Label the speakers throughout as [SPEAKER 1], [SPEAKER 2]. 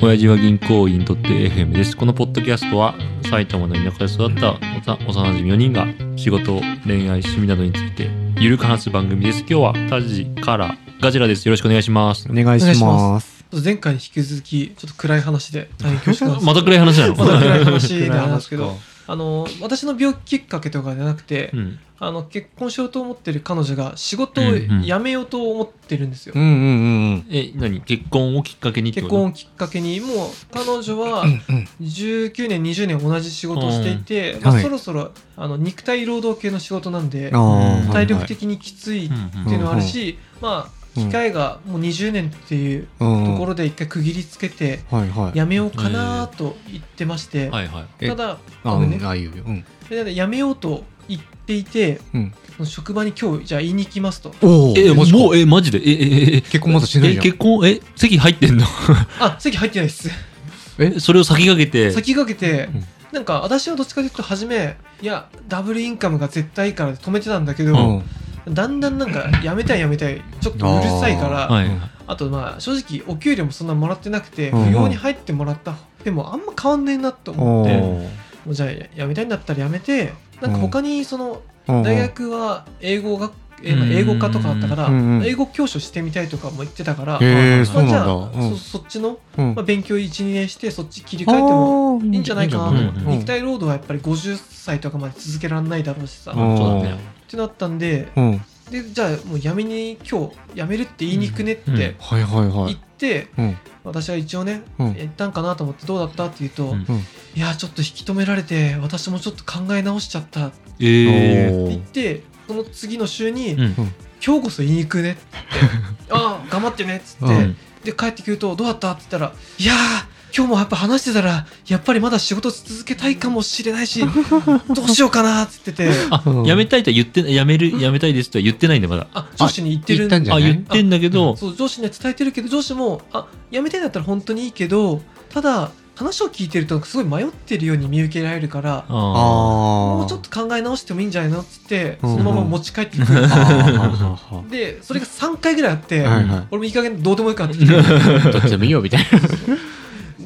[SPEAKER 1] 親父は銀行員とって FM です。このポッドキャストは埼玉の田舎で育ったおさ幼馴染4人が仕事、恋愛、趣味などについてゆるく話す番組です。今日はタジからガジラです。よろしくお願いします
[SPEAKER 2] お。願い
[SPEAKER 3] い
[SPEAKER 2] し
[SPEAKER 3] し
[SPEAKER 2] ま
[SPEAKER 3] ますす前回に引き続きちょっと暗い話で大変恐縮なんで す
[SPEAKER 1] また暗い話なの
[SPEAKER 3] まだ 暗い話
[SPEAKER 2] 暗
[SPEAKER 3] で
[SPEAKER 2] い
[SPEAKER 3] なんです
[SPEAKER 2] 話
[SPEAKER 3] け
[SPEAKER 2] か
[SPEAKER 3] どあの私の病気きっかけとかじゃなくて、
[SPEAKER 1] うん。
[SPEAKER 3] あの結婚しようと思ってる彼女が仕事を
[SPEAKER 1] うんうん
[SPEAKER 3] 辞めようと思ってるんですよ、
[SPEAKER 2] うんうんうん
[SPEAKER 1] え、何結婚をきっかけにって
[SPEAKER 3] 結
[SPEAKER 1] こと
[SPEAKER 3] 婚をきっかけにもう彼女は
[SPEAKER 2] うん
[SPEAKER 3] 19年20年同じ仕事をしていて、
[SPEAKER 2] ん
[SPEAKER 3] まあ
[SPEAKER 2] はい
[SPEAKER 3] そろそろあの肉体労働系の仕事なんで
[SPEAKER 2] あー
[SPEAKER 3] 体力的にきついっ
[SPEAKER 1] うん
[SPEAKER 3] て
[SPEAKER 1] うん
[SPEAKER 3] いうのはあるし、まあ機会がもう20年っていう
[SPEAKER 2] と
[SPEAKER 3] ところで一回区切りつけて
[SPEAKER 2] はいはい
[SPEAKER 3] 辞めようかなと言ってまして、
[SPEAKER 1] はいはい。
[SPEAKER 2] え
[SPEAKER 3] ただ
[SPEAKER 2] あ
[SPEAKER 3] あのね
[SPEAKER 2] うんあいうようん
[SPEAKER 3] で辞めようと言っていて
[SPEAKER 2] うん
[SPEAKER 3] 職場に今日じゃあ言いに行きますと
[SPEAKER 2] お
[SPEAKER 1] え、
[SPEAKER 2] マジか
[SPEAKER 1] もう、え、マジでえ、え、え、え、
[SPEAKER 2] 結婚まだしてない
[SPEAKER 1] え
[SPEAKER 2] じゃん
[SPEAKER 1] 結婚、え、席入ってんの
[SPEAKER 3] あ席入ってないです
[SPEAKER 1] それを先駆けて。
[SPEAKER 3] 先駆けて
[SPEAKER 2] うん
[SPEAKER 3] なんか私はどっちかというと初めいやダブルインカムが絶対いいからって止めてたんだけ
[SPEAKER 2] う
[SPEAKER 3] ど、
[SPEAKER 2] ん
[SPEAKER 3] だんだんなんかやめたいやめたいちょっとうるさいからあ,、
[SPEAKER 1] はい。
[SPEAKER 3] とまあ正直お給料もそんなもらってなくて
[SPEAKER 2] うん
[SPEAKER 3] 不要に入ってもらったでもあんま変わんねえなと思
[SPEAKER 2] お
[SPEAKER 3] っても
[SPEAKER 2] ー
[SPEAKER 3] うじゃあやめたいんだったらやめてなんか他にその
[SPEAKER 2] うん
[SPEAKER 3] 大学は英語学えまあ
[SPEAKER 1] うん
[SPEAKER 3] 英語科とかあったから
[SPEAKER 2] うんうん
[SPEAKER 3] 英語教師をしてみたいとかも言ってたから、
[SPEAKER 2] へえそう
[SPEAKER 3] まあ、じ
[SPEAKER 2] な
[SPEAKER 3] ゃ
[SPEAKER 2] ん
[SPEAKER 3] あ、
[SPEAKER 2] だ
[SPEAKER 3] そそっちの、
[SPEAKER 2] うん
[SPEAKER 3] まあ、勉強12年してそっち切り替えても
[SPEAKER 2] うん
[SPEAKER 3] いいんじゃないかなと
[SPEAKER 1] いいん
[SPEAKER 3] 思
[SPEAKER 1] じゃ
[SPEAKER 3] って
[SPEAKER 1] ない
[SPEAKER 3] 肉体労働はやっぱり50歳とかまで続けられないだろうしさ、
[SPEAKER 2] う
[SPEAKER 3] っ
[SPEAKER 2] ん
[SPEAKER 1] そうだね
[SPEAKER 3] てなったんで
[SPEAKER 2] うんうん
[SPEAKER 3] でじゃあもうやめに今日やめるって言いにくねっ
[SPEAKER 1] うん
[SPEAKER 3] て
[SPEAKER 2] はいはいは
[SPEAKER 3] 言っ
[SPEAKER 2] い
[SPEAKER 3] て、
[SPEAKER 2] うん
[SPEAKER 3] 私は一応ね、
[SPEAKER 2] うん
[SPEAKER 3] 言ったんかなと思ってどうだったって言うと、
[SPEAKER 1] うん
[SPEAKER 2] うん
[SPEAKER 3] いやちょっと引き止められて私もちょっと考え直しちゃったって
[SPEAKER 1] えー。
[SPEAKER 2] お
[SPEAKER 3] 言っ
[SPEAKER 2] ー
[SPEAKER 3] てその次の週に、
[SPEAKER 1] うん
[SPEAKER 3] 今日こそ言いに行くねって ああ頑張ってねっつって、
[SPEAKER 2] うん
[SPEAKER 3] で帰ってくると「どうだった?」って言ったら「いやー今日もやっぱ話してたらやっぱりまだ仕事続けたいかもしれな いしどうしようかな」っつってて
[SPEAKER 1] あ
[SPEAKER 2] うん、
[SPEAKER 1] やめたいとは言って、やめる、やめたいですとは言ってないんだ、まだ。
[SPEAKER 3] あ上司に言って
[SPEAKER 2] 言
[SPEAKER 3] る
[SPEAKER 2] ったんじゃ
[SPEAKER 1] あ、
[SPEAKER 2] ない
[SPEAKER 1] 言ってんだけど、
[SPEAKER 3] そう上司には伝えてるけど上司も「あ辞めたいんだったら本当にいいけどただ話を聞いてるとすごい迷ってるように見受けられるから
[SPEAKER 1] あ
[SPEAKER 2] あー
[SPEAKER 3] もうちょっと考え直してもいいんじゃないの?」っつって
[SPEAKER 2] うん
[SPEAKER 3] そのまま持ち帰ってくる、
[SPEAKER 2] あーはは
[SPEAKER 3] でそれが3回ぐらいあって、
[SPEAKER 2] はいはい
[SPEAKER 3] 俺もいい加減どうでもよくなってきて。
[SPEAKER 2] はどっちでもい いよみたい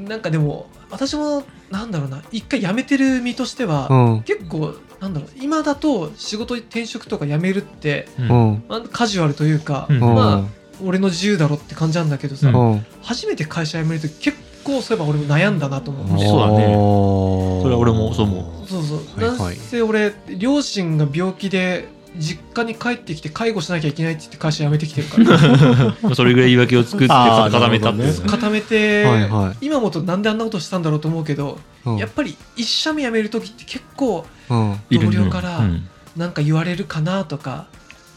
[SPEAKER 3] なんかでも私もなんだろうな一回辞めてる身としては、
[SPEAKER 2] なうん
[SPEAKER 3] 結構なんだろう今だと仕事転職とか辞めるって、
[SPEAKER 1] ー。
[SPEAKER 2] う
[SPEAKER 1] うん
[SPEAKER 2] ん
[SPEAKER 3] まあカジュアルというか、
[SPEAKER 1] うん
[SPEAKER 3] ま俺の自由だろって感じなんだけどさ、
[SPEAKER 1] う
[SPEAKER 2] うん
[SPEAKER 3] 初めて会社辞めると結構そういえば俺も悩んだなと思って、
[SPEAKER 1] そうだね
[SPEAKER 2] ね
[SPEAKER 1] それは俺もそう思
[SPEAKER 3] そうそう、
[SPEAKER 2] はいはい
[SPEAKER 3] なんせ俺両親が病気で実家に帰ってきて介護しなきゃいけないって言って会社辞めてきてるから
[SPEAKER 1] それぐらい言い訳を作って
[SPEAKER 2] あー
[SPEAKER 1] 固めたっていう
[SPEAKER 2] なるほど
[SPEAKER 3] 固めて、
[SPEAKER 2] はいはい
[SPEAKER 3] 今もとなんであんなことしたんだろうと思うけど、
[SPEAKER 2] うん
[SPEAKER 3] やっぱり一社目辞める時って結構
[SPEAKER 2] うん
[SPEAKER 1] いるね
[SPEAKER 3] 同僚から
[SPEAKER 1] うん
[SPEAKER 3] なんか言われるかなとか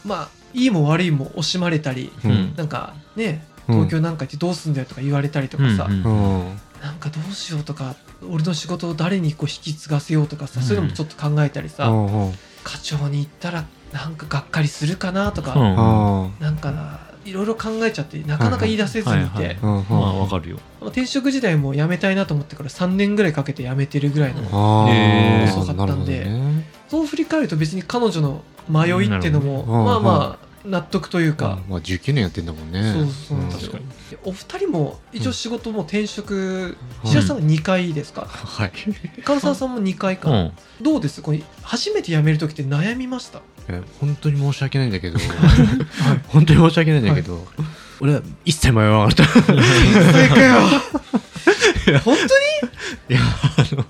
[SPEAKER 3] まあいいも悪いも惜しまれたり
[SPEAKER 1] うん
[SPEAKER 3] なんかね
[SPEAKER 2] うん
[SPEAKER 3] 東京なんか行ってどうすんだよとか言われたりとかさ、
[SPEAKER 1] うん
[SPEAKER 2] う
[SPEAKER 1] うん
[SPEAKER 2] ん
[SPEAKER 3] なんかどうしようとか俺の仕事を誰にこう引き継がせようとかさ、そういうのもちょっと考えたりさ、
[SPEAKER 2] うんうん
[SPEAKER 3] 課長に行ったらなんかがっかりするかなとか、
[SPEAKER 1] うん
[SPEAKER 2] うん
[SPEAKER 3] なんかないろいろ考えちゃってなかなか言い出せずにい
[SPEAKER 1] はいはい
[SPEAKER 3] て
[SPEAKER 2] う
[SPEAKER 3] ま
[SPEAKER 2] んうん
[SPEAKER 1] まあ、わかるよ。
[SPEAKER 3] あ転職時代も辞めたいなと思ってから3年ぐらいかけて辞めてるぐらいの、
[SPEAKER 2] あ
[SPEAKER 1] えー
[SPEAKER 2] ー
[SPEAKER 3] 遅かったんで
[SPEAKER 2] なるほどね
[SPEAKER 3] そう振り返ると別に彼女の迷いってのも、
[SPEAKER 2] なるほど
[SPEAKER 3] まあ
[SPEAKER 2] うん
[SPEAKER 3] まあ納得というか。
[SPEAKER 2] うんまあ19年やってんだもんね
[SPEAKER 3] そうそうなんです
[SPEAKER 1] 確
[SPEAKER 3] よ
[SPEAKER 1] かに
[SPEAKER 3] でお二人も一応仕事も転職、
[SPEAKER 2] うん
[SPEAKER 3] 白石さんが2回ですか、
[SPEAKER 2] はい
[SPEAKER 3] 唐沢さんも2回か、
[SPEAKER 1] うん。
[SPEAKER 3] どうですこれ初めて辞める時って悩みました
[SPEAKER 2] え本当に申し訳ないんだけど 本当に申し訳ないんだけど俺は一切迷わなかった
[SPEAKER 3] 正解よ 本
[SPEAKER 2] いやあの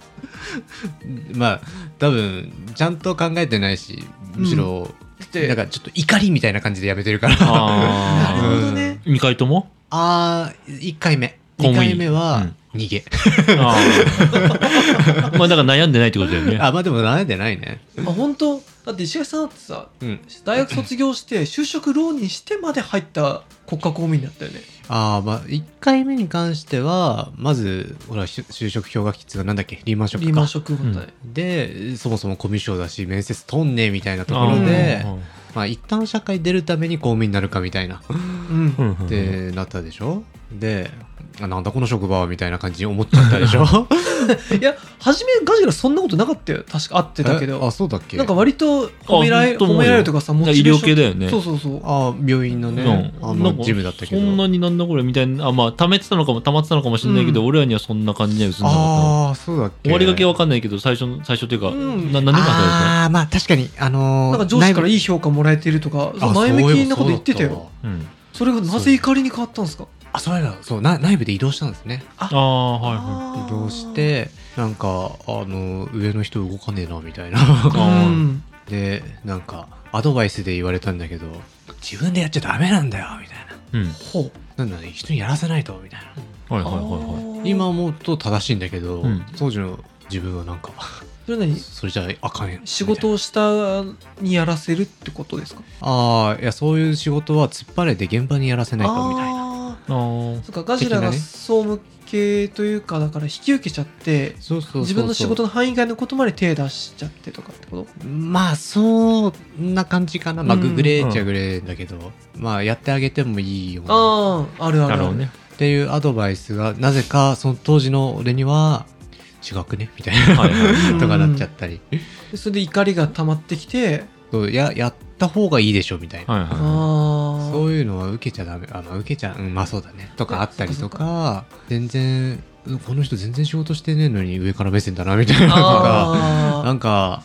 [SPEAKER 2] まあ多分ちゃんと考えてないしむしろ
[SPEAKER 3] 当にって
[SPEAKER 2] なんかちょっと怒りみたいな感じでやめてるから
[SPEAKER 3] なる
[SPEAKER 1] あ
[SPEAKER 3] ほどね、
[SPEAKER 1] ー。2回とも
[SPEAKER 2] あー1回目
[SPEAKER 1] 公
[SPEAKER 2] 2
[SPEAKER 1] 務員
[SPEAKER 2] 回目は逃げ、
[SPEAKER 1] あーまあ、だから悩んでないってことだよね。
[SPEAKER 2] あまあでも悩んでないね
[SPEAKER 3] あ本当だって石垣さんだってさ
[SPEAKER 2] うん
[SPEAKER 3] 大学卒業して就職浪人してまで入った国家公務員だったよね
[SPEAKER 2] ああまあ1回目に関してはまずほらし就職氷河期っていうかなんだっけリーマンショッ
[SPEAKER 3] リ
[SPEAKER 2] ク
[SPEAKER 3] ーマン
[SPEAKER 2] か
[SPEAKER 3] ショック問題、
[SPEAKER 2] でそもそもコミュ障だし面接とんねえみたいなとこ
[SPEAKER 1] あ
[SPEAKER 2] ろ
[SPEAKER 1] ー
[SPEAKER 2] で
[SPEAKER 1] うん
[SPEAKER 2] まあ一旦社会出るために公務員になるかみたいな
[SPEAKER 3] うん
[SPEAKER 1] うんうん
[SPEAKER 2] ってなったでしょであなんだこの職場はみたいな感じに思っちゃったでしょ
[SPEAKER 3] いや初めガジラそんなことなかったよ確かあってたけ
[SPEAKER 2] えあ
[SPEAKER 3] ど
[SPEAKER 2] そう だっけ
[SPEAKER 3] なんか割と褒めら
[SPEAKER 1] あ
[SPEAKER 3] れ
[SPEAKER 1] ほんと思
[SPEAKER 3] 褒
[SPEAKER 1] うよ
[SPEAKER 3] められるとかさ
[SPEAKER 1] なん
[SPEAKER 3] モ
[SPEAKER 1] か
[SPEAKER 3] チ
[SPEAKER 1] 医
[SPEAKER 3] ベー
[SPEAKER 1] 療
[SPEAKER 3] ショ
[SPEAKER 1] 系
[SPEAKER 3] ン
[SPEAKER 1] だよね
[SPEAKER 3] そうそうそう
[SPEAKER 2] あ病院のね、
[SPEAKER 1] うんな
[SPEAKER 2] あ
[SPEAKER 1] ん
[SPEAKER 2] の
[SPEAKER 1] か
[SPEAKER 2] ジムだったけ
[SPEAKER 1] そ
[SPEAKER 2] ど
[SPEAKER 1] んなになんだこれみたいなあまあ溜めてたのかも溜まってたのかもしれないけど、
[SPEAKER 3] う
[SPEAKER 1] 俺らにはそんな感じには映んなかったな
[SPEAKER 2] ああそうだっけ
[SPEAKER 1] 終わりがけわかんないけど最初の最初っていうか、
[SPEAKER 3] うん
[SPEAKER 1] な何年かあっ
[SPEAKER 2] ああまあ確かにあのー
[SPEAKER 3] なんか上司から
[SPEAKER 2] 内部
[SPEAKER 3] いい評価もらえてるとか
[SPEAKER 2] あ
[SPEAKER 3] 前向きなこ
[SPEAKER 2] そういえば
[SPEAKER 3] と言ってた
[SPEAKER 2] そうだ
[SPEAKER 3] よ
[SPEAKER 1] たよね、うん、
[SPEAKER 3] それがなぜ怒りに変わったんですか
[SPEAKER 2] あそうやそうな内部で移動したんですね
[SPEAKER 1] ああはいはい
[SPEAKER 2] 移動し、てなんかあのー上の人動かねえなみたいな
[SPEAKER 3] あーうん、
[SPEAKER 2] でなんかアドバイスで言われたんだけど自分でやっちゃダメなんだよみたいな
[SPEAKER 1] うん
[SPEAKER 3] ほ
[SPEAKER 2] なんだね人にやらせないとみたいな
[SPEAKER 1] はいうはいはいはい
[SPEAKER 3] あー
[SPEAKER 2] 今思うと正しいんだけど、
[SPEAKER 1] うん
[SPEAKER 2] 当時の自分はなん か
[SPEAKER 3] それ何
[SPEAKER 2] それじゃあかんやん
[SPEAKER 3] 仕事を下にやらせるってことですか
[SPEAKER 2] ああいやそういう仕事は突っ張れて現場にやらせないかみたいな
[SPEAKER 3] な
[SPEAKER 1] あー
[SPEAKER 3] そっかガジラ
[SPEAKER 2] 的な
[SPEAKER 3] が
[SPEAKER 2] ね
[SPEAKER 3] 総務系というかだから引き受けちゃって
[SPEAKER 2] そうそうそうそう
[SPEAKER 3] 自分の仕事の範囲外のことまで手出しちゃってとかってこと
[SPEAKER 2] まあそんな感じかなまあ
[SPEAKER 3] うん
[SPEAKER 2] ググレーっちゃグレーだけど、まあやってあげてもいいような
[SPEAKER 3] あああるあ
[SPEAKER 1] な
[SPEAKER 3] るあ
[SPEAKER 1] る
[SPEAKER 3] る
[SPEAKER 1] ほどね
[SPEAKER 2] っていうアドバイスがなぜかその当時の俺には違くねみたいな、
[SPEAKER 1] はいは
[SPEAKER 2] とかなっちゃったり
[SPEAKER 3] でそれで怒りが溜まってきて
[SPEAKER 2] そうややった方がいいでしょみたいな、
[SPEAKER 1] はい
[SPEAKER 3] あ
[SPEAKER 1] は
[SPEAKER 3] あ
[SPEAKER 2] そういうのは受けちゃダメあまあ受けちゃうんまあそうだねとかあったりとか全然うんこの人全然仕事してねえのに上から目線だなみたいなのがな
[SPEAKER 3] あ
[SPEAKER 2] んか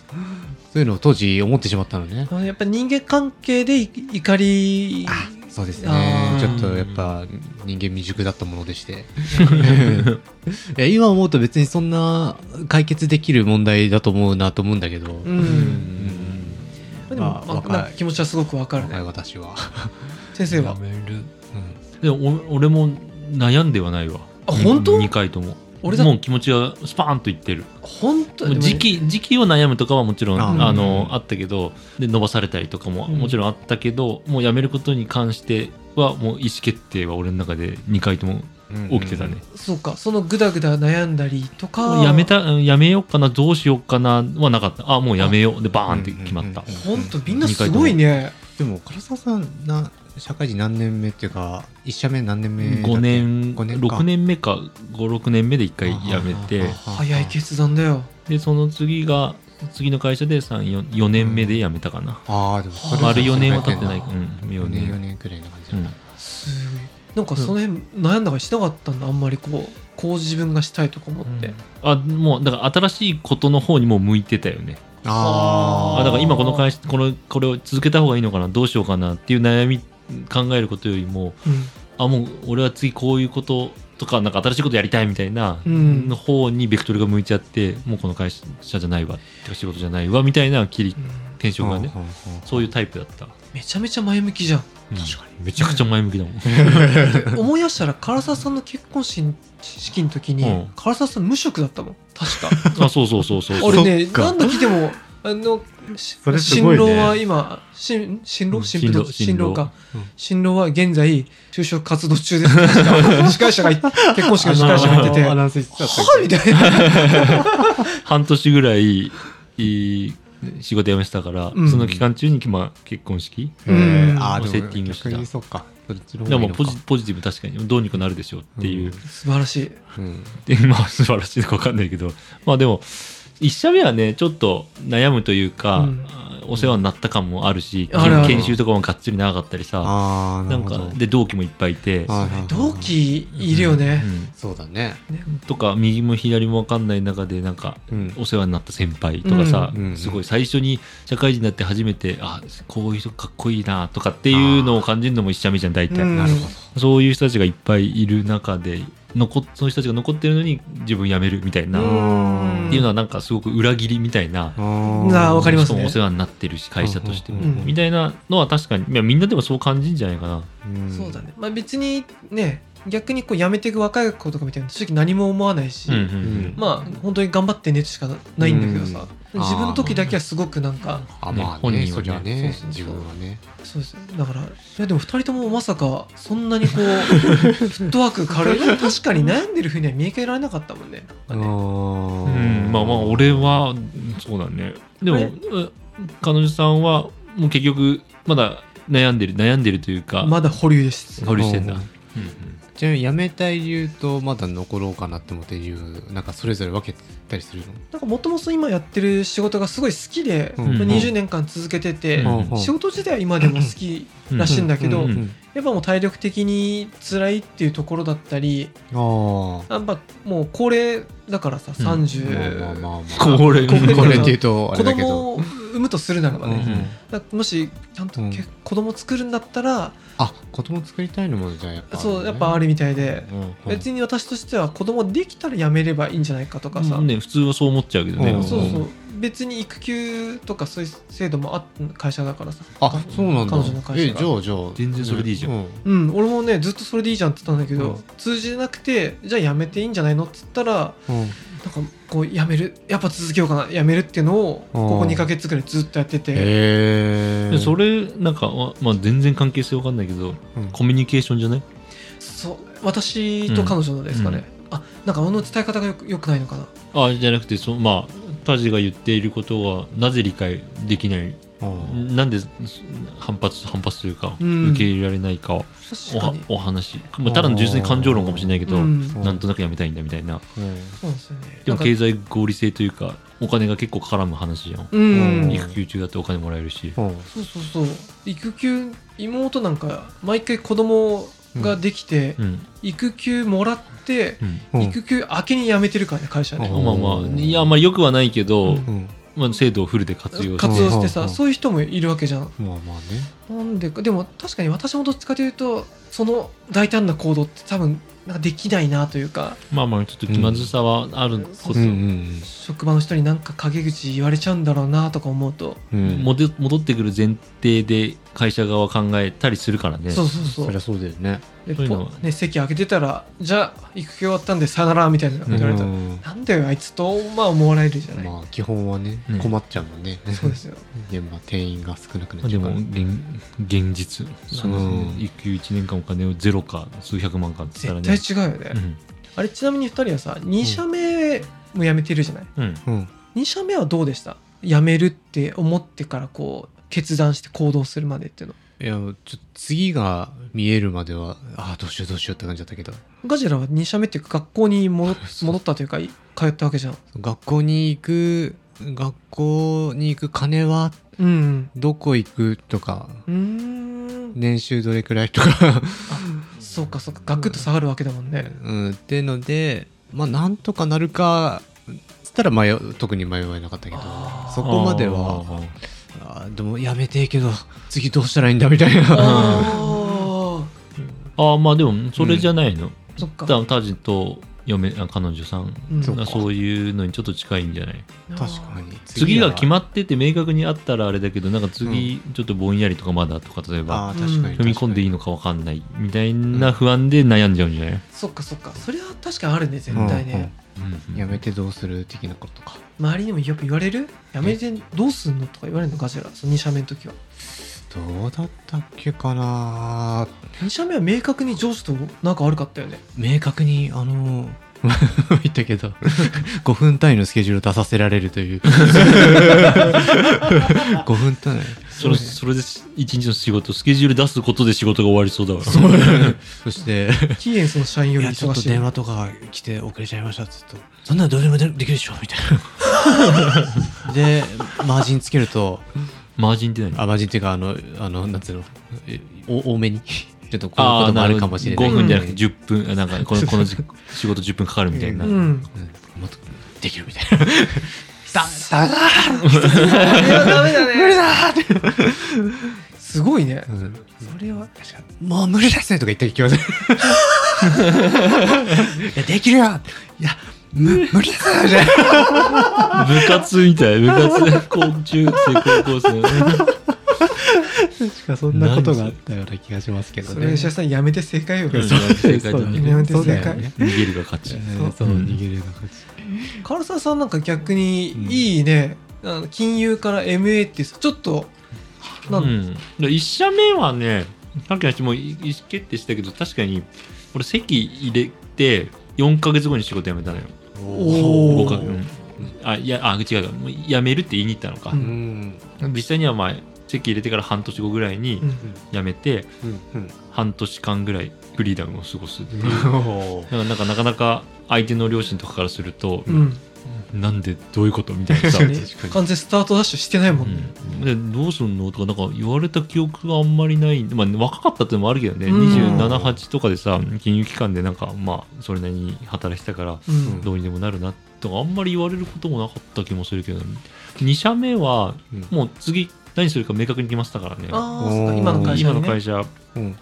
[SPEAKER 2] そういうのを当時思ってしまったのね
[SPEAKER 3] ーやっぱ人間関係でい怒り
[SPEAKER 2] あそうです
[SPEAKER 3] あ
[SPEAKER 2] ね
[SPEAKER 3] ー
[SPEAKER 2] ちょっとやっぱ人間未熟だったものでしていや今思うと別にそんな解決できる問題だと思うなと思うんだけど、
[SPEAKER 3] う
[SPEAKER 1] い
[SPEAKER 3] んでも、
[SPEAKER 2] まあ
[SPEAKER 3] まあ
[SPEAKER 2] 若い
[SPEAKER 3] なんか気持ちはすごくわかる
[SPEAKER 2] 若い
[SPEAKER 3] ね
[SPEAKER 2] 私は、
[SPEAKER 3] 先生は
[SPEAKER 1] める
[SPEAKER 2] うん
[SPEAKER 1] でもお俺も悩んではないわ
[SPEAKER 3] あ本当
[SPEAKER 1] 2回とも
[SPEAKER 3] 俺だ
[SPEAKER 1] もう気持ちがスパーンといってる
[SPEAKER 3] 本当
[SPEAKER 1] もう時期時期を悩むとかはもちろん
[SPEAKER 2] あ
[SPEAKER 1] あの
[SPEAKER 2] うん
[SPEAKER 1] あったけどで伸ばされたりとかも
[SPEAKER 3] うん
[SPEAKER 1] もちろんあったけど、もうやめることに関してはもう意思決定は俺の中で2回とも起きてたね、
[SPEAKER 3] そうかそのグダグダ悩んだりとか
[SPEAKER 1] やめたうんやめようかなどうしようかなはなかったあもうやめようでバーンって決まった、
[SPEAKER 2] うんうんうん
[SPEAKER 3] 本当みんなすごいね
[SPEAKER 2] でも唐沢さんな社会人何年目っていうか一社目何年目だっけ
[SPEAKER 1] 5年
[SPEAKER 2] 五か
[SPEAKER 1] 6年目か56年目で1回やめて
[SPEAKER 3] 早い決断だよ
[SPEAKER 1] でその次が次の会社で4年目で辞めたかな、
[SPEAKER 2] ああでもそれ
[SPEAKER 1] 丸4年は経ってない、う
[SPEAKER 2] か
[SPEAKER 1] ん、4
[SPEAKER 2] 4
[SPEAKER 1] 年
[SPEAKER 2] 年4年くらいの感じだな、
[SPEAKER 3] すごいなんかその辺悩んだりしなかったんだあんまりこうこう自分がしたいとか思って、
[SPEAKER 1] あもうだから新しいことの方にも向いてたよね
[SPEAKER 3] あー
[SPEAKER 1] あだから今この会社このこれを続けた方がいいのかなどうしようかなっていう悩み考えることよりもあもう俺は次こういうこととかなんか新しいことやりたいみたいな、
[SPEAKER 3] うん
[SPEAKER 1] の方にベクトルが向いちゃってもうこの会社じゃないわてか仕事じゃないわみたいな切り
[SPEAKER 3] うん
[SPEAKER 1] 転職がね、
[SPEAKER 2] うんうんうん
[SPEAKER 1] そういうタイプだった、
[SPEAKER 3] めちゃめちゃ前向きじゃん
[SPEAKER 2] 確かに
[SPEAKER 1] めちゃくちゃ前向きだもん
[SPEAKER 3] 思い出したら唐沢さんの結婚式式の時に、
[SPEAKER 1] うん
[SPEAKER 3] 唐沢さん無職だったもん確 か
[SPEAKER 1] あそうそうそうそうそう
[SPEAKER 3] 俺ね
[SPEAKER 2] そっか
[SPEAKER 3] 何度来てもあのし
[SPEAKER 2] それす
[SPEAKER 3] 新
[SPEAKER 2] ごいね
[SPEAKER 3] 郎は今新新
[SPEAKER 1] う
[SPEAKER 3] 郎
[SPEAKER 1] ん
[SPEAKER 3] 新婦
[SPEAKER 1] 新
[SPEAKER 3] 新
[SPEAKER 1] 郎
[SPEAKER 3] 郎か
[SPEAKER 2] うん
[SPEAKER 3] 新郎は現在就職活動中です確か司会者がい結婚式の司会者が言ってて
[SPEAKER 2] ア
[SPEAKER 3] は
[SPEAKER 2] ナウンスしてたって
[SPEAKER 3] ぁみたいな
[SPEAKER 1] 半年ぐらいいい仕事辞めてたから、
[SPEAKER 3] うん
[SPEAKER 1] その期間中に、まあ、結婚式
[SPEAKER 2] えー
[SPEAKER 3] うん
[SPEAKER 2] あー
[SPEAKER 1] セッティングした
[SPEAKER 2] でも逆にそっかそっちの方
[SPEAKER 1] で
[SPEAKER 2] がいい
[SPEAKER 1] も
[SPEAKER 2] のか
[SPEAKER 1] ポジポジティブ確かにどうにかなるでしょうっていう、
[SPEAKER 3] 素晴らしい
[SPEAKER 2] うん
[SPEAKER 1] でまあ素晴らしいのか分かんないけどまあでも1社目はねちょっと悩むというか、
[SPEAKER 3] うん
[SPEAKER 1] お世話になった感もあるし、
[SPEAKER 3] あるある
[SPEAKER 1] 研修とかもがっつり長かったりさ
[SPEAKER 2] ああ
[SPEAKER 1] な
[SPEAKER 2] なる
[SPEAKER 1] ん
[SPEAKER 2] ほ
[SPEAKER 1] か
[SPEAKER 2] ど
[SPEAKER 1] で同期もいっぱいいて、
[SPEAKER 2] はいはいはい
[SPEAKER 3] 同期いるよね、
[SPEAKER 2] そうだね
[SPEAKER 1] うんとか右も左も分かんない中でなんか
[SPEAKER 2] うん
[SPEAKER 1] お世話になった先輩とかさ、
[SPEAKER 2] うん
[SPEAKER 1] すごい最初に社会人になって初めてあこういう人かっこいいなとかっていうのを感じるのも一社目じゃん大体、
[SPEAKER 3] うん
[SPEAKER 2] なるほど
[SPEAKER 1] そういう人たちがいっぱいいる中で残っそういう人たちが残ってるのに自分辞めるみたいな、
[SPEAKER 3] う
[SPEAKER 1] っ
[SPEAKER 3] ん
[SPEAKER 1] ていうのはなんかすごく裏切りみたいな、
[SPEAKER 3] なあわかります
[SPEAKER 1] しかもお世話になってるし会社としても、みたいなのは確かにいやみんなでもそう感じるんじゃないかな。
[SPEAKER 3] そうだね、まあ、別にね逆にこう辞めていく若い子とかみたいな正直何も思わないし、
[SPEAKER 1] うんうん
[SPEAKER 3] まあ本当に頑張ってねしかないんだけどさ、
[SPEAKER 2] うん
[SPEAKER 3] 自分の時だけはすごくなんか
[SPEAKER 2] あ
[SPEAKER 1] ね
[SPEAKER 2] まあ
[SPEAKER 1] 本人はね
[SPEAKER 2] ねそりゃね
[SPEAKER 3] そうそうそ
[SPEAKER 2] 自
[SPEAKER 3] う
[SPEAKER 2] 分はね
[SPEAKER 3] そうですだからいやでも2人ともまさかそんな にこうフットワーク軽い確かに悩んでるふうには見受けられなかったもんね
[SPEAKER 2] う
[SPEAKER 3] なんかね
[SPEAKER 1] うんん、まあまあ俺はうんそうだねでも
[SPEAKER 3] え
[SPEAKER 1] う彼女さんはもう結局まだ悩んでる悩んでるというか、
[SPEAKER 3] まだ保留です
[SPEAKER 1] 保留してんだ、
[SPEAKER 2] う
[SPEAKER 1] う
[SPEAKER 2] ん
[SPEAKER 1] ん
[SPEAKER 2] ちなみに辞めたい理由とまだ残ろうかなって思ってる理由なんかそれぞれ分けたりするの
[SPEAKER 3] なんかもともと今やってる仕事がすごい好きで、
[SPEAKER 2] うん
[SPEAKER 3] もう20年間続けてて、
[SPEAKER 1] うん
[SPEAKER 2] うん
[SPEAKER 3] 仕事自体は今でも好きらしいんだけど、
[SPEAKER 1] うんうん
[SPEAKER 3] やっぱもう体力的に辛いっていうところだったり
[SPEAKER 2] ああ
[SPEAKER 3] やっぱもう高齢だからさ
[SPEAKER 1] うん
[SPEAKER 3] 30、
[SPEAKER 2] まあまあまあまあ
[SPEAKER 1] これ、
[SPEAKER 3] これ
[SPEAKER 2] これっていうとあれ
[SPEAKER 3] 子
[SPEAKER 2] だけど
[SPEAKER 3] 供を産むとするならばね、
[SPEAKER 2] うん
[SPEAKER 3] だからもしちゃんと
[SPEAKER 2] うん
[SPEAKER 3] け子供作るんだったら、
[SPEAKER 2] あ子供作りたいのもじゃあやっぱ
[SPEAKER 3] そうやっぱあ
[SPEAKER 2] る
[SPEAKER 3] るみたいで、
[SPEAKER 2] 別に
[SPEAKER 3] 別に私としては子供できたらやめればいいんじゃないかとかさ、
[SPEAKER 1] ね、普通はそう思っちゃうけどね。
[SPEAKER 2] うん
[SPEAKER 3] そうそう別に育休とかそういう制度もあった会社だからさ
[SPEAKER 2] あそうなんだ
[SPEAKER 3] 彼女の会社
[SPEAKER 2] え
[SPEAKER 3] が
[SPEAKER 2] じゃあじゃあ
[SPEAKER 1] 全然それでいいじゃん
[SPEAKER 2] うん
[SPEAKER 3] うん、俺もねずっとそれでいいじゃんって言ったんだけど、
[SPEAKER 2] うん
[SPEAKER 3] 通じなくてじゃあやめていいんじゃないのって言ったら
[SPEAKER 2] うん
[SPEAKER 3] なんかこうやめるやっぱ続けようかなやめるっていうのを
[SPEAKER 2] うん
[SPEAKER 3] ここ2ヶ月ぐらいずっとやってて、
[SPEAKER 2] へ
[SPEAKER 1] で
[SPEAKER 2] え
[SPEAKER 1] それ、なんか、わまあ、全然関係性わかんないけど、
[SPEAKER 2] うん
[SPEAKER 1] コミュニケーションじゃない
[SPEAKER 3] そう私と彼女のですかね、あなんかあの伝え方がよくよくないのかな
[SPEAKER 1] あじゃなくて、そまあ、タジが言っていることは、なぜ理解できない、
[SPEAKER 2] うん
[SPEAKER 1] なんで反発、反発というか、
[SPEAKER 3] うん
[SPEAKER 1] 受け入れられないかをお
[SPEAKER 3] 確か
[SPEAKER 1] は
[SPEAKER 3] に
[SPEAKER 1] お話、まあ、ただの純粋に感情論かもしれないけど、
[SPEAKER 3] うん
[SPEAKER 2] そ
[SPEAKER 3] そうう
[SPEAKER 1] なんとなくやめたいんだみたいな。
[SPEAKER 2] うん
[SPEAKER 3] なんですよね
[SPEAKER 1] で
[SPEAKER 3] な
[SPEAKER 1] も
[SPEAKER 3] んか
[SPEAKER 1] 経済合理性というか、お金が結構絡む話じゃん。
[SPEAKER 3] うん、
[SPEAKER 2] うん
[SPEAKER 1] 育休中だってお金もらえるし。
[SPEAKER 2] うん
[SPEAKER 3] そうそうそう育休妹なんか毎回子供ができて、
[SPEAKER 1] うん。
[SPEAKER 3] 育休もらって、
[SPEAKER 1] うん。
[SPEAKER 2] うん
[SPEAKER 3] 育休明けに辞めてるからね会社ね、
[SPEAKER 2] うん
[SPEAKER 1] まあまあ、いや、まあ良くはないけど、
[SPEAKER 3] うん
[SPEAKER 2] うん
[SPEAKER 1] まあ、制度をフルで活用して
[SPEAKER 3] 活用してさ、
[SPEAKER 2] うん
[SPEAKER 3] そういう人もいるわけじゃん
[SPEAKER 2] まあまあね
[SPEAKER 3] なんでかでも確かに私もどっちかというとその大胆な行動って多分なんかできないなというか
[SPEAKER 1] まあまあ、ちょっと気まずさはあるこ
[SPEAKER 3] う
[SPEAKER 1] そ、
[SPEAKER 3] ん
[SPEAKER 2] ん
[SPEAKER 3] 職場の人になんか陰口言われちゃうんだろうなとか思うと、
[SPEAKER 2] うん
[SPEAKER 1] 戻戻ってくる前提で会社側は考えたりするからね。
[SPEAKER 3] そうそうそ
[SPEAKER 2] そうりゃそうだよね
[SPEAKER 3] で
[SPEAKER 1] そういうのは
[SPEAKER 3] ぽね、席開けてたらじゃあ育休終わったんでさよならみたいなこと言われたら、
[SPEAKER 2] うん
[SPEAKER 3] なんだよあいつとまあ思われるじゃない、
[SPEAKER 2] まあ基本はね
[SPEAKER 1] ね
[SPEAKER 2] 困っちゃうもんね
[SPEAKER 3] そうですよ
[SPEAKER 2] 現場定員が少なくな
[SPEAKER 1] まあ
[SPEAKER 2] っち
[SPEAKER 1] で
[SPEAKER 2] ゃうか
[SPEAKER 1] も
[SPEAKER 2] ら
[SPEAKER 1] 現現実
[SPEAKER 2] そ
[SPEAKER 1] そううですす
[SPEAKER 2] でね
[SPEAKER 1] ね育休1年間お金をゼロか数百万かって言
[SPEAKER 3] 絶
[SPEAKER 1] ったら
[SPEAKER 3] 対
[SPEAKER 1] ね
[SPEAKER 3] 違うよね、あれちなみに2人はさ2社目も辞めてるじゃない、
[SPEAKER 1] うん、うん、
[SPEAKER 2] うん
[SPEAKER 3] 2社目はどうでした辞めるって思ってからこう決断して行動するまでっていうの
[SPEAKER 2] いやちょっと次が見えるまではああどうしようどうしようって感じだったけど
[SPEAKER 3] ガジラは2社目っていうか学校に戻戻ったというかい通ったわけじゃん
[SPEAKER 2] 学校に行く学校に行く金は
[SPEAKER 3] うん
[SPEAKER 2] どこ行くとか
[SPEAKER 3] うんうーん
[SPEAKER 2] 年収どれくらいとか、
[SPEAKER 3] そうかそうかガクッと下がるわけだもんね
[SPEAKER 2] うん、っていうのでまあなんとかなるかつったら迷う特に迷えなかったけど
[SPEAKER 3] あー
[SPEAKER 2] そこまではあーでもやめてえけど次どうしたらいいんだみたいな
[SPEAKER 3] あ
[SPEAKER 1] あーあーまあでもそれじゃないの、
[SPEAKER 3] あそっか
[SPEAKER 1] 多分タジと嫁あ彼女さん
[SPEAKER 3] うん
[SPEAKER 2] そうか
[SPEAKER 1] がそういうのにちょっと近いんじゃない
[SPEAKER 2] 確かに
[SPEAKER 1] 次が決
[SPEAKER 2] っ
[SPEAKER 1] まってて明確にあったらあれだけどなんか次ちょっとぼんやりとかまだとか例えば
[SPEAKER 2] あー確かに
[SPEAKER 1] 踏み込んでいい
[SPEAKER 2] の
[SPEAKER 1] のかわかんないみたいな不安で悩んじゃうんじゃない、
[SPEAKER 3] そっかそっかそれは確かにあるね絶対ね、
[SPEAKER 1] うん
[SPEAKER 2] やめてどうする的なことか
[SPEAKER 3] 周りにもよく言われるやめてどうすんのとか言われるのガジラその2社目の時は
[SPEAKER 2] どうだったっけかな
[SPEAKER 3] 2社目は明確に上司となんか悪 かったよね
[SPEAKER 2] 明確にあの 言ったけど5分単位のスケジュールを出させられるという 5分単位
[SPEAKER 1] それそれで一日の仕事スケジュール出すことで仕事が終わりそうだわ
[SPEAKER 2] そして
[SPEAKER 3] キーエンスの社員
[SPEAKER 2] い
[SPEAKER 3] より
[SPEAKER 2] やちょ
[SPEAKER 3] 忙
[SPEAKER 2] っと
[SPEAKER 3] しい
[SPEAKER 2] 電話とか来て遅れちゃいましたっつうとそんなのどうでもできるでしょみたいな でマージンつけると
[SPEAKER 1] マージンって何
[SPEAKER 2] あマージンっていうかあのあのなんつうのえお多めにちょっとこういうこともあるかもしれない
[SPEAKER 1] 5
[SPEAKER 2] けど
[SPEAKER 1] 分じゃなくて10分、あなんかこのこのじ仕事10分かかるみたいな、
[SPEAKER 3] うん
[SPEAKER 2] うんもっとできるみた いなだだだ
[SPEAKER 3] いやダメだね無理だすごいね
[SPEAKER 2] うん
[SPEAKER 3] それは
[SPEAKER 2] もう無理ですねとか言った気がする。いや、できるよいや、む無理ですよじゃ
[SPEAKER 1] 部活みたい部活高中生高 校生
[SPEAKER 2] 確かそ
[SPEAKER 1] んなことがあった
[SPEAKER 2] ような気がしますけ
[SPEAKER 3] それ石田さんやめて正解よ
[SPEAKER 1] 正解だ
[SPEAKER 2] そうだ
[SPEAKER 1] ね
[SPEAKER 2] ね
[SPEAKER 3] やめて
[SPEAKER 2] そうだ
[SPEAKER 3] 正
[SPEAKER 2] よ
[SPEAKER 3] 解
[SPEAKER 2] ね
[SPEAKER 1] 逃げるが勝ち
[SPEAKER 3] そう
[SPEAKER 2] そう、
[SPEAKER 1] うん
[SPEAKER 2] 逃げるような感じ。
[SPEAKER 3] 唐沢さんなんか逆に
[SPEAKER 2] うん
[SPEAKER 3] いいねあの金融から MA ってさちょっとな
[SPEAKER 1] うんん、で1社目はねさっきの話も意意思決定したけど確かに俺席入れて4か月後に仕事辞めたのよ
[SPEAKER 3] おー
[SPEAKER 1] 僕はうんあいやあ違うかもう辞めるって言いに行ったのか、
[SPEAKER 3] うん
[SPEAKER 2] ん。
[SPEAKER 1] 実際にはまあチェキ入れてから半年後ぐらいに辞めて、半年間ぐらいフリーダムを過ごすっていう、だからなんかなかなか相手の両親とかからすると、
[SPEAKER 3] うん
[SPEAKER 1] なんでどういうことみたいなさ、
[SPEAKER 3] ね完全スタートダッシュしてないもんね、
[SPEAKER 1] うんでどうすんのとかなんか言われた記憶があんまりない、まあ、若かったってのもあるけどね、
[SPEAKER 3] うん
[SPEAKER 1] 278とかでさ金融機関でなんかまあそれなりに働いてたから
[SPEAKER 3] うん
[SPEAKER 1] どうにでもなるなとかあんまり言われることもなかった気もするけど2社目は
[SPEAKER 2] うん
[SPEAKER 1] もう次何するか明確に決まってたからね
[SPEAKER 3] ああそっか今の会社
[SPEAKER 1] 今
[SPEAKER 3] に、ね、
[SPEAKER 1] の会社
[SPEAKER 2] うん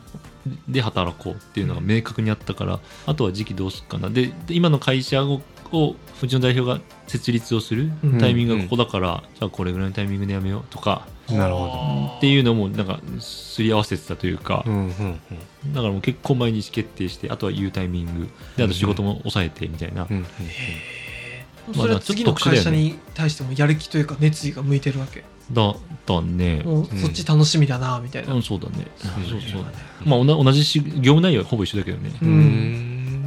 [SPEAKER 1] で働こうっていうのが明確にあったからあとは時期どうすっかなでで今の会社ををうちの代表が設立をする
[SPEAKER 3] うん
[SPEAKER 1] タイミングがここだから、じゃあこれぐらいのタイミングでやめようとか
[SPEAKER 2] なるほ
[SPEAKER 1] っていうのもなんかすり合わせてたというか、
[SPEAKER 2] ど。うんうんうん
[SPEAKER 1] だからもう結構毎日決定してあとは言うタイミングであと仕事も抑えてみたいな、
[SPEAKER 2] うんうん
[SPEAKER 3] それは次の会社に対してもやる気というか熱意が向いてるわけ、
[SPEAKER 1] だったね、
[SPEAKER 3] もうそっち楽しみだなみたいな、
[SPEAKER 1] うん、そうだねそうそう
[SPEAKER 3] だね
[SPEAKER 1] まあおな同じし業務内容はほぼ一緒だけどね、
[SPEAKER 3] う
[SPEAKER 2] うん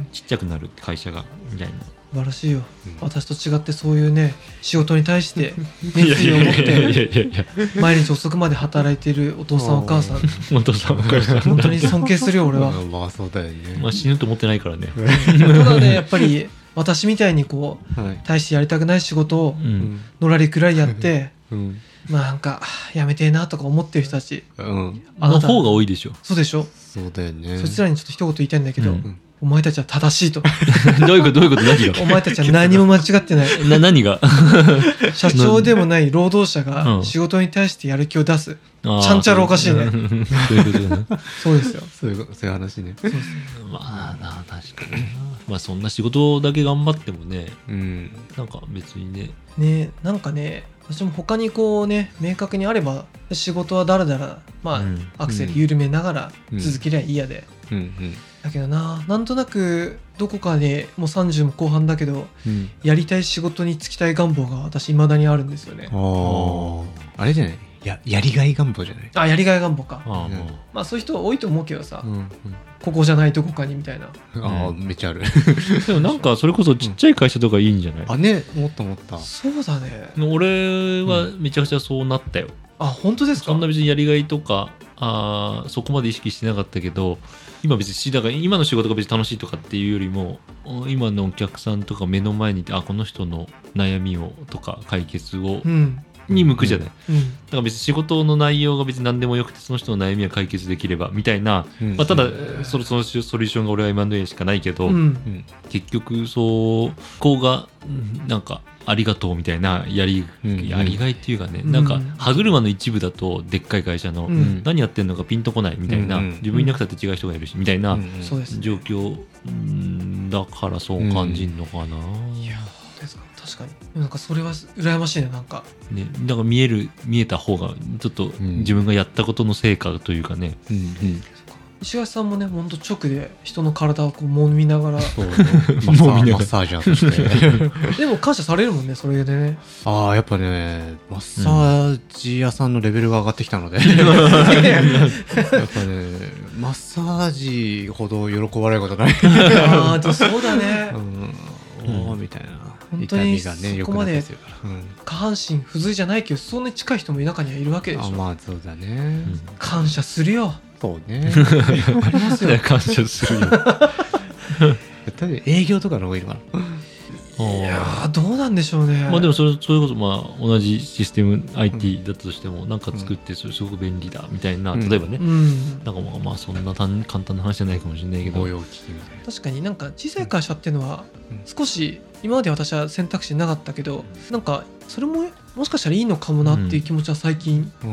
[SPEAKER 2] ん
[SPEAKER 1] ちっちゃくなる会社がみたいな
[SPEAKER 3] 素晴らしいよ、
[SPEAKER 2] うん
[SPEAKER 3] 私と違ってそういうね仕事に対して熱意を持っ
[SPEAKER 1] いやい
[SPEAKER 3] て
[SPEAKER 1] やいやいや
[SPEAKER 3] 毎日遅くまで働いてるお父さんお母さん
[SPEAKER 1] 本当さ会社
[SPEAKER 3] 本当に尊敬するよ俺は
[SPEAKER 2] まあまあ そうだよね。
[SPEAKER 1] まあ、死ぬと思ってないからね、
[SPEAKER 3] ただねやっぱり私みたいにこう
[SPEAKER 2] はい。
[SPEAKER 3] 大してやりたくない仕事を
[SPEAKER 1] う
[SPEAKER 2] うんん
[SPEAKER 3] のらりくらりやって
[SPEAKER 2] うん
[SPEAKER 3] まあなんかやめてえなとか思ってる人たち
[SPEAKER 2] うん。
[SPEAKER 1] あの方が
[SPEAKER 3] い
[SPEAKER 1] 多いでしょ
[SPEAKER 3] そうでしょ、
[SPEAKER 2] そうだよね。
[SPEAKER 3] そいつらにちょっと一言言いたいんだけど、
[SPEAKER 1] うん
[SPEAKER 3] お前たちは正しいと
[SPEAKER 1] どういうことどういうこと何が
[SPEAKER 3] お前たちは何も間違ってない
[SPEAKER 1] な何が
[SPEAKER 3] 社長でもない労働者
[SPEAKER 1] う
[SPEAKER 3] が
[SPEAKER 1] ん
[SPEAKER 3] 仕事に対してやる気を出す
[SPEAKER 1] あー
[SPEAKER 3] ちゃんちゃらおかしいね
[SPEAKER 1] そういうことだね
[SPEAKER 3] そうですよ
[SPEAKER 2] そういうことそういう話ね。
[SPEAKER 1] まあな確かになまあそんな仕事だけ頑張ってもね
[SPEAKER 2] うん。
[SPEAKER 1] なんか別にね
[SPEAKER 3] ねなんかね私も他にこうね明確にあれば仕事はだらだらまあ、
[SPEAKER 1] うん
[SPEAKER 3] アクセル緩めながら
[SPEAKER 2] うん
[SPEAKER 3] 続けりゃいいやで、
[SPEAKER 2] うんうん
[SPEAKER 3] だけどななんとなくどこかでもう30も後半だけど
[SPEAKER 2] うん。
[SPEAKER 3] やりたい仕事に就きたい願望が私未だにあるんですよね
[SPEAKER 2] ああ。あれじゃないや、やりがい願望じゃない
[SPEAKER 3] あやりがい願望か
[SPEAKER 1] ああもう
[SPEAKER 3] まあそういう人多いと思うけどさ、
[SPEAKER 2] うんうん。
[SPEAKER 3] ここじゃないとこかにみたいな
[SPEAKER 2] ああ、
[SPEAKER 1] うん
[SPEAKER 2] めっちゃある。
[SPEAKER 1] でもなんかそれこそちっちゃい会社とかいいんじゃない、
[SPEAKER 2] あ、ね、思った思った。
[SPEAKER 3] そうだね
[SPEAKER 1] 俺はめちゃくちゃそうなったよ、
[SPEAKER 3] あ本当ですか
[SPEAKER 1] そんな別にやりがいとかあーそこまで意識してなかったけど今別にしだから今の仕事が別に楽しいとかっていうよりもお今のお客さんとか目の前にいてあこの人の悩みをとか解決を
[SPEAKER 3] うん
[SPEAKER 1] に向くじゃない、
[SPEAKER 3] うん
[SPEAKER 1] だから別に仕事の内容が別に何でもよくてその人の悩みは解決できればみたいな、
[SPEAKER 2] うん
[SPEAKER 1] まあ、ただそのそのソリューションが俺は今の家しかないけど、
[SPEAKER 3] うん
[SPEAKER 2] うん。
[SPEAKER 1] 結局そうこうがうんなんかありがとうみたいなやり,、
[SPEAKER 2] うん
[SPEAKER 1] やりがいっていうかね、
[SPEAKER 3] うん
[SPEAKER 1] なんか歯車の一部だとでっかい会社の、
[SPEAKER 3] うん
[SPEAKER 1] 何やってんのかピンとこないみたいな、
[SPEAKER 2] うんうん
[SPEAKER 1] 自分いなくたって違う人がいるしみたいな
[SPEAKER 3] そうですね
[SPEAKER 1] 状況、うんだからそう感じんのかな、
[SPEAKER 3] いやーですか確かにでもなんかそれは羨ましいねなんか
[SPEAKER 1] ね、だから見える見えた方がちょっと
[SPEAKER 2] ん
[SPEAKER 1] 自分がやったことの成果というかね、
[SPEAKER 2] うんうん。
[SPEAKER 3] 石橋さんもねほんと直で人の体をこう揉みなが ら
[SPEAKER 2] そうね。 マッサ
[SPEAKER 1] もうみん
[SPEAKER 2] ー
[SPEAKER 1] な
[SPEAKER 2] マッサージャーとして。
[SPEAKER 3] でも感謝されるもんねそれでね
[SPEAKER 2] ああ、やっぱね、マッサージ屋さんのレベルが上がってきたので、 やっぱね、マッサージほど喜ばれることない。
[SPEAKER 3] ああでもそうだね
[SPEAKER 2] うん、おおみたいな。
[SPEAKER 3] 本当
[SPEAKER 2] 痛
[SPEAKER 3] に
[SPEAKER 2] みがね、
[SPEAKER 3] そ
[SPEAKER 2] よ
[SPEAKER 3] こ
[SPEAKER 2] く
[SPEAKER 3] ま
[SPEAKER 2] なっ
[SPEAKER 3] で
[SPEAKER 2] てきてるから。うん
[SPEAKER 3] 下半身不随じゃないけどそんなに近い人も中にはいるわけで
[SPEAKER 2] あ
[SPEAKER 3] しょ、
[SPEAKER 2] まあそうだね。
[SPEAKER 1] うん
[SPEAKER 3] 感謝するよ
[SPEAKER 2] そうね。
[SPEAKER 3] ありますよ
[SPEAKER 1] 感謝するよ。
[SPEAKER 2] 多分営業とかの方がいいのかな。
[SPEAKER 3] いやーどうなんでしょうね
[SPEAKER 1] まあでもそれそれこそまあ同じシステム IT だったとしてもなんか作ってそれすごく便利だみたいな、
[SPEAKER 2] うん
[SPEAKER 1] 例えばね、
[SPEAKER 3] うん
[SPEAKER 1] なんかまあまあそんな単簡単な話じゃないかもしれないけど、
[SPEAKER 2] 模様機器みたいな。
[SPEAKER 3] 確かになんか小さい会社っていうのは
[SPEAKER 2] うん
[SPEAKER 3] 少し今まで私は選択肢なかったけどなんかそれももしかしたらいいのかもなっていう気持ちは最近、
[SPEAKER 2] う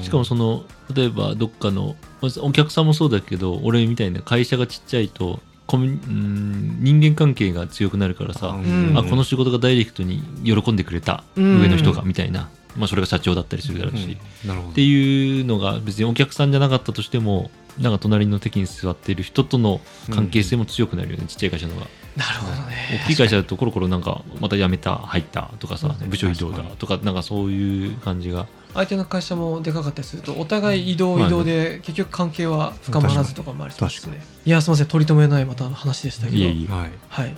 [SPEAKER 2] ん
[SPEAKER 1] しかもその例えばどっかのまあお客さんもそうだけど俺みたいな会社がちっちゃいとコミュニうん人間関係が強くなるからさ、
[SPEAKER 3] うん
[SPEAKER 1] あこの仕事がダイレクトに喜んでくれた、
[SPEAKER 3] うん
[SPEAKER 1] 上の人がみたいな、まあ、それが社長だったりするだろうし、っ
[SPEAKER 2] なるほど。
[SPEAKER 1] ていうのが別にお客さんじゃなかったとしてもなんか隣の席に座っている人との関係性も強くなるよね、ちっちゃい会社の方が
[SPEAKER 3] なるほどね
[SPEAKER 1] 大きい会社だとコロコロなんかまた辞めた入ったとかさ
[SPEAKER 3] うん
[SPEAKER 1] 部署移動だとかなんかそういう感じが
[SPEAKER 3] 相手の会社もでかかったりするとお互い移動
[SPEAKER 1] まあ
[SPEAKER 3] 移
[SPEAKER 1] ね
[SPEAKER 3] 動で結局関係は深まらずとかもありそうです
[SPEAKER 2] 確
[SPEAKER 3] ねいやすみません取り留めないまた話でしたけど
[SPEAKER 1] いえいえ
[SPEAKER 2] はい。
[SPEAKER 3] はい、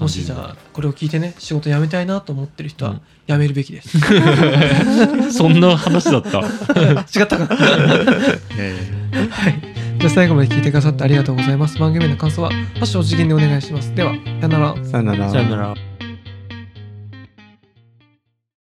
[SPEAKER 3] もしじゃあこれを聞いてね仕事辞めたいなと思ってる人
[SPEAKER 1] うん
[SPEAKER 3] は辞めるべき です、
[SPEAKER 1] そんな話だ った。は
[SPEAKER 3] 違ったかはいじゃあ最後まで聞いてくださってありがとうございます番組への感想はもしお次元でお願いしますではさよなら
[SPEAKER 2] さよなら。
[SPEAKER 1] さよなら。